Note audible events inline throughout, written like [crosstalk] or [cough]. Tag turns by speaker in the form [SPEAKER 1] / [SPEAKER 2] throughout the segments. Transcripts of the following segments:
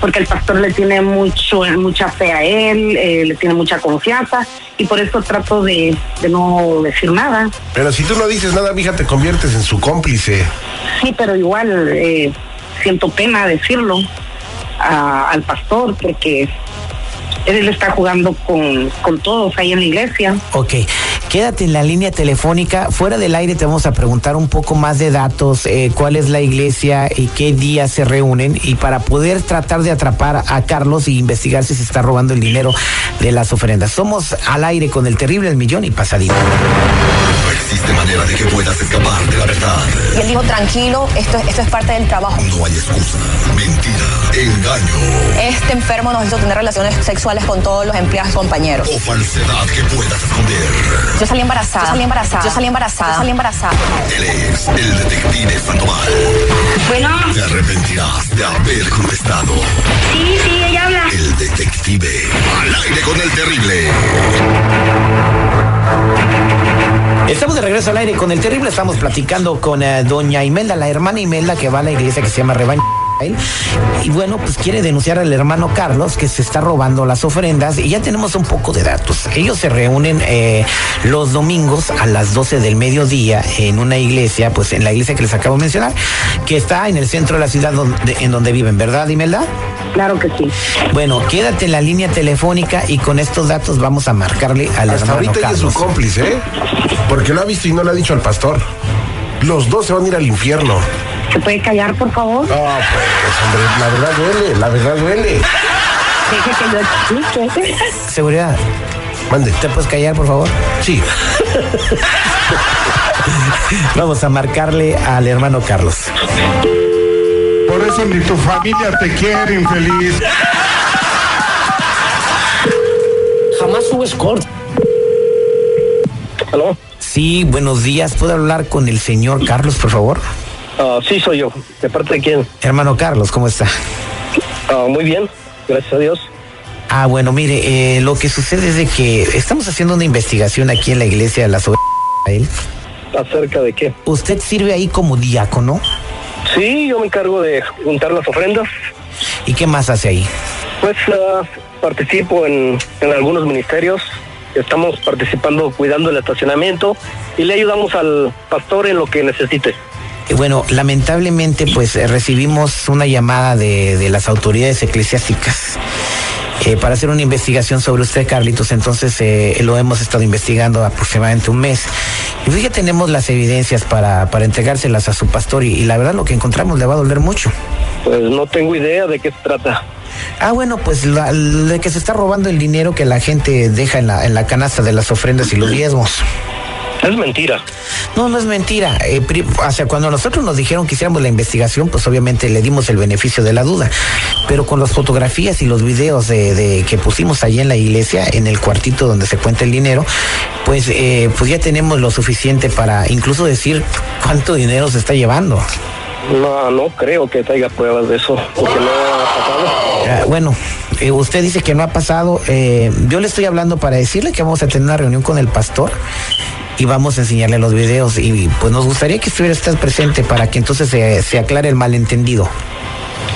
[SPEAKER 1] porque el pastor le tiene mucho, mucha fe a él, eh, le tiene mucha confianza y por eso trato de, de no decir nada.
[SPEAKER 2] Pero si tú no dices nada, mija, te conviertes en su cómplice.
[SPEAKER 1] Sí, pero igual eh, siento pena decirlo a- al pastor porque él está jugando con, con todos ahí en la iglesia.
[SPEAKER 3] Ok, quédate en la línea telefónica. Fuera del aire te vamos a preguntar un poco más de datos, eh, cuál es la iglesia y qué día se reúnen y para poder tratar de atrapar a Carlos y investigar si se está robando el dinero de las ofrendas. Somos al aire con el terrible El Millón y Pasadito.
[SPEAKER 4] No existe manera de que puedas escapar de la verdad.
[SPEAKER 5] Y él dijo, tranquilo, esto, esto es parte del trabajo.
[SPEAKER 4] No hay excusa, mentira, engaño
[SPEAKER 5] Este enfermo nos hizo tener relaciones sexuales con todos los empleados y compañeros.
[SPEAKER 4] o falsedad que puedas esconder.
[SPEAKER 5] Yo salí embarazada. Yo salí embarazada. Yo salí embarazada. Yo salí embarazada.
[SPEAKER 4] Él es el detective Sandoval.
[SPEAKER 6] Bueno,
[SPEAKER 4] Te arrepentirás de haber contestado.
[SPEAKER 6] sí, sí, ella habla.
[SPEAKER 4] El detective al aire con el terrible.
[SPEAKER 3] Estamos de regreso al aire con el terrible. Estamos platicando con eh, doña Imelda, la hermana Imelda que va a la iglesia que se llama Rebaño. Israel. Y bueno, pues quiere denunciar al hermano Carlos que se está robando las ofrendas. Y ya tenemos un poco de datos. Ellos se reúnen eh, los domingos a las 12 del mediodía en una iglesia, pues en la iglesia que les acabo de mencionar, que está en el centro de la ciudad donde, en donde viven, ¿verdad, Imelda?
[SPEAKER 1] Claro que sí.
[SPEAKER 3] Bueno, quédate en la línea telefónica y con estos datos vamos a marcarle al
[SPEAKER 2] Hasta
[SPEAKER 3] hermano
[SPEAKER 2] ahorita ella es
[SPEAKER 3] Carlos.
[SPEAKER 2] su cómplice, ¿eh? Porque lo ha visto y no le ha dicho al pastor. Los dos se van a ir al infierno.
[SPEAKER 1] ¿Se puede callar, por
[SPEAKER 2] No,
[SPEAKER 1] favor?
[SPEAKER 2] pues, hombre, la verdad duele, la verdad duele.
[SPEAKER 1] Deje que yo explique.
[SPEAKER 3] Seguridad.
[SPEAKER 2] Mande.
[SPEAKER 3] ¿Te puedes callar, por favor?
[SPEAKER 2] Sí.
[SPEAKER 3] Vamos a marcarle al hermano Carlos.
[SPEAKER 7] Por eso ni tu familia te quiere, infeliz.
[SPEAKER 3] Jamás subes corto.
[SPEAKER 8] ¿Aló?
[SPEAKER 3] Sí, buenos días. ¿Puedo hablar con el señor Carlos, por favor?
[SPEAKER 8] Ah, sí, soy yo. ¿De parte de quién?
[SPEAKER 3] Hermano Carlos, ¿cómo está?
[SPEAKER 8] Ah, muy bien, gracias a Dios.
[SPEAKER 3] Ah, bueno, mire, eh, lo que sucede es de que estamos haciendo una investigación aquí en la iglesia de la Soberanía de Israel.
[SPEAKER 8] ¿Acerca de qué?
[SPEAKER 3] Usted sirve ahí como diácono.
[SPEAKER 8] Sí, yo me encargo de juntar las ofrendas.
[SPEAKER 3] ¿Y qué más hace ahí?
[SPEAKER 8] Pues ah, participo en, en algunos ministerios. Estamos participando cuidando el estacionamiento y le ayudamos al pastor en lo que necesite.
[SPEAKER 3] Eh, Bueno, lamentablemente pues eh, recibimos una llamada de, de las autoridades eclesiásticas eh, para hacer una investigación sobre usted, Carlitos. Entonces eh, lo hemos estado investigando aproximadamente un mes. Y pues, ya tenemos las evidencias para, para entregárselas a su pastor y, y la verdad lo que encontramos le va a doler mucho.
[SPEAKER 8] Pues no tengo idea de qué se trata.
[SPEAKER 3] Ah, bueno, pues la- de que se está robando el dinero que la gente deja en la, en la canasta de las ofrendas y los diezmos.
[SPEAKER 8] Es mentira.
[SPEAKER 3] No, no es mentira. Eh, pri- o sea, cuando nosotros nos dijeron que hiciéramos la investigación, pues obviamente le dimos el beneficio de la duda. Pero con las fotografías y los videos de, de que pusimos allí en la iglesia, en el cuartito donde se cuenta el dinero, pues, eh, pues ya tenemos lo suficiente para incluso decir cuánto dinero se está llevando.
[SPEAKER 8] No, no creo que traiga pruebas de eso, porque no ha pasado.
[SPEAKER 3] Ah, bueno, eh, usted dice que no ha pasado. eh, yo le estoy hablando para decirle que vamos a tener una reunión con el pastor y vamos a enseñarle los videos. Y pues nos gustaría que estuviera usted presente para que entonces se, se aclare el malentendido.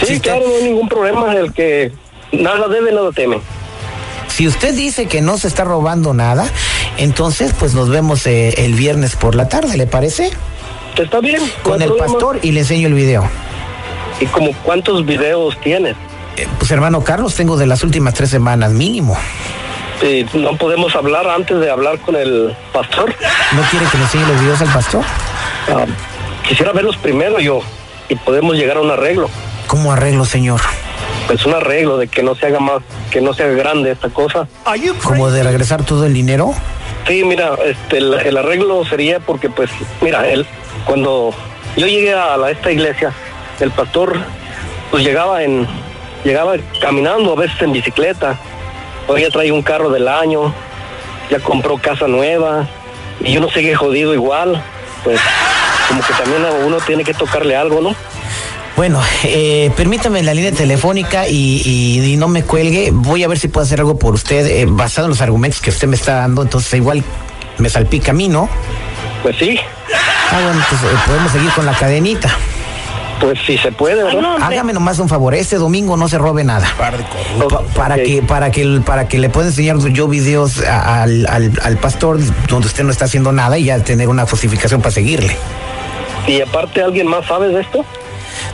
[SPEAKER 8] Sí,
[SPEAKER 3] Sí, está-
[SPEAKER 8] claro, no hay ningún problema. El que nada debe, nada teme.
[SPEAKER 3] Si usted dice que no se está robando nada, entonces pues nos vemos eh, el viernes por la tarde, ¿le parece?
[SPEAKER 8] ¿Está bien? no
[SPEAKER 3] Con
[SPEAKER 8] hay
[SPEAKER 3] el
[SPEAKER 8] problema.
[SPEAKER 3] pastor y le enseño el video.
[SPEAKER 8] ¿Y como cuántos videos tienes?
[SPEAKER 3] Eh, pues hermano Carlos, tengo de las últimas tres semanas mínimo.
[SPEAKER 8] Eh, no podemos hablar antes de hablar con el pastor.
[SPEAKER 3] ¿No quiere que le enseñe los videos al pastor?
[SPEAKER 8] Ah, quisiera verlos primero yo y podemos llegar a un arreglo.
[SPEAKER 3] ¿Cómo arreglo, señor?
[SPEAKER 8] Pues un arreglo de que no se haga más, que no se haga grande esta cosa.
[SPEAKER 3] ¿Como de regresar todo el dinero?
[SPEAKER 8] Sí, mira, este, el, el arreglo sería porque, pues, mira, él, cuando yo llegué a, la- esta iglesia, el pastor, pues llegaba en, llegaba caminando, a veces en bicicleta, hoy ya trae un carro del año, ya compró casa nueva, y yo no seguía jodido igual, pues, como que también a uno tiene que tocarle algo, ¿no?
[SPEAKER 3] Bueno, eh, permítame la línea telefónica y, y- y no me cuelgue. Voy a ver si puedo hacer algo por usted eh, basado en los argumentos que usted me está dando. Entonces, igual me salpica a mí, ¿no?
[SPEAKER 8] Pues sí,
[SPEAKER 3] Ah, bueno, pues eh, podemos seguir con la cadenita.
[SPEAKER 8] Pues si se puede, ¿verdad?
[SPEAKER 3] Hágame nomás un favor, este domingo no se robe nada. Pa- para que para que el- para que le pueda enseñar yo videos a- al, al- al pastor donde usted no está haciendo nada y ya tener una justificación para seguirle.
[SPEAKER 8] Y aparte, ¿alguien más sabe de esto?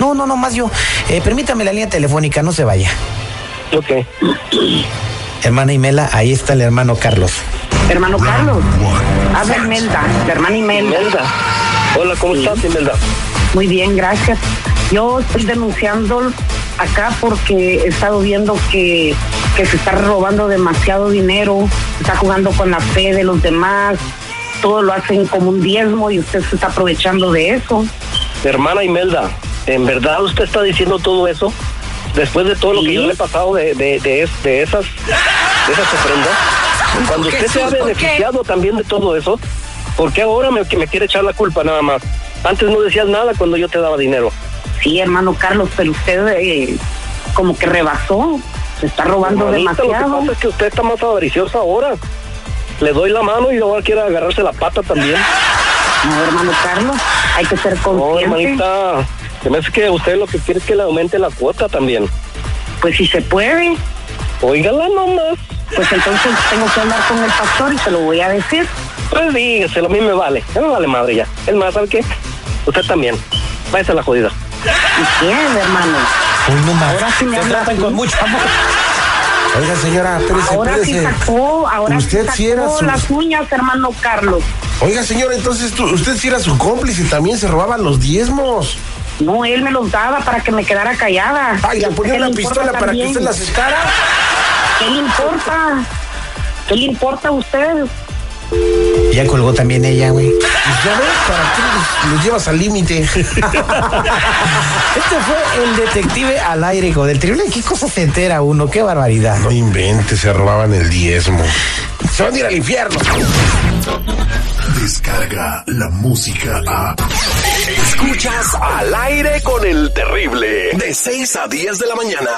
[SPEAKER 3] No, no, no, más yo. Eh, permítame la línea telefónica, no se vaya.
[SPEAKER 8] Ok.
[SPEAKER 3] Hermana Imela, ahí está el hermano Carlos.
[SPEAKER 1] [laughs] Hermano Carlos, habla Imelda, la hermana Imelda.
[SPEAKER 8] Hola, ¿cómo estás, Imelda?
[SPEAKER 1] Muy bien, gracias. Yo estoy denunciando acá porque he estado viendo que, que se está robando demasiado dinero, está jugando con la fe de los demás, todo lo hacen como un diezmo y usted se está aprovechando de eso.
[SPEAKER 8] Hermana Imelda, ¿en verdad usted está diciendo todo eso? Después de todo lo que yo le he pasado de, de- de es- de esas, de esas ofrendas, cuando
[SPEAKER 9] ¿Por qué,
[SPEAKER 8] usted se ha
[SPEAKER 9] sí? ¿Por qué?
[SPEAKER 8] beneficiado también de todo eso, ¿por qué ahora me, que me quiere echar la culpa nada más? Antes no decías nada cuando yo te daba dinero.
[SPEAKER 1] Sí, hermano Carlos, pero usted eh, como que rebasó, se está robando
[SPEAKER 8] Hermanita, Lo que
[SPEAKER 1] demasiado.
[SPEAKER 8] pasa es que usted está más avariciosa ahora. Le doy la mano y ahora quiere agarrarse la pata también.
[SPEAKER 1] No, hermano Carlos, hay que ser
[SPEAKER 8] No, hermanita, se me hace que usted lo que quiere es que le aumente la cuota también.
[SPEAKER 1] Pues si se puede.
[SPEAKER 8] Óigala nomás.
[SPEAKER 1] Pues entonces tengo que hablar con el pastor y se lo voy a decir.
[SPEAKER 8] Pues dígaselo, a mí me vale. Ya me vale madre ya. Es más, ¿sabe qué? Usted también. Váyase a la jodida.
[SPEAKER 1] ¿Y quién, hermano? Ahora sí me habla así.
[SPEAKER 3] [laughs]
[SPEAKER 10] Oiga, señora, espérese,
[SPEAKER 1] Ahora sí
[SPEAKER 10] espérese.
[SPEAKER 1] sacó, ahora sí
[SPEAKER 10] Usted
[SPEAKER 1] sacó
[SPEAKER 10] sí era su-
[SPEAKER 1] las uñas, hermano Carlos.
[SPEAKER 10] Oiga, señora, entonces tú- usted sí era su cómplice, también se robaba los diezmos.
[SPEAKER 1] No, él me los daba para que me quedara callada.
[SPEAKER 10] Ay, le ponía una pistola para que usted las
[SPEAKER 1] escara? ¿Qué le importa? ¿Qué le importa a usted?
[SPEAKER 3] Ya colgó también ella, güey.
[SPEAKER 10] Pues ya ves, ¿para qué los, los llevas al límite?
[SPEAKER 3] Este fue el detective al aire con el terrible. ¿Qué cosa se entera uno? Qué barbaridad.
[SPEAKER 10] No invente, se robaban el diezmo. Se van a ir al infierno.
[SPEAKER 11] Descarga la música a.
[SPEAKER 4] Escuchas al aire con el terrible de 6 a 10 de la mañana.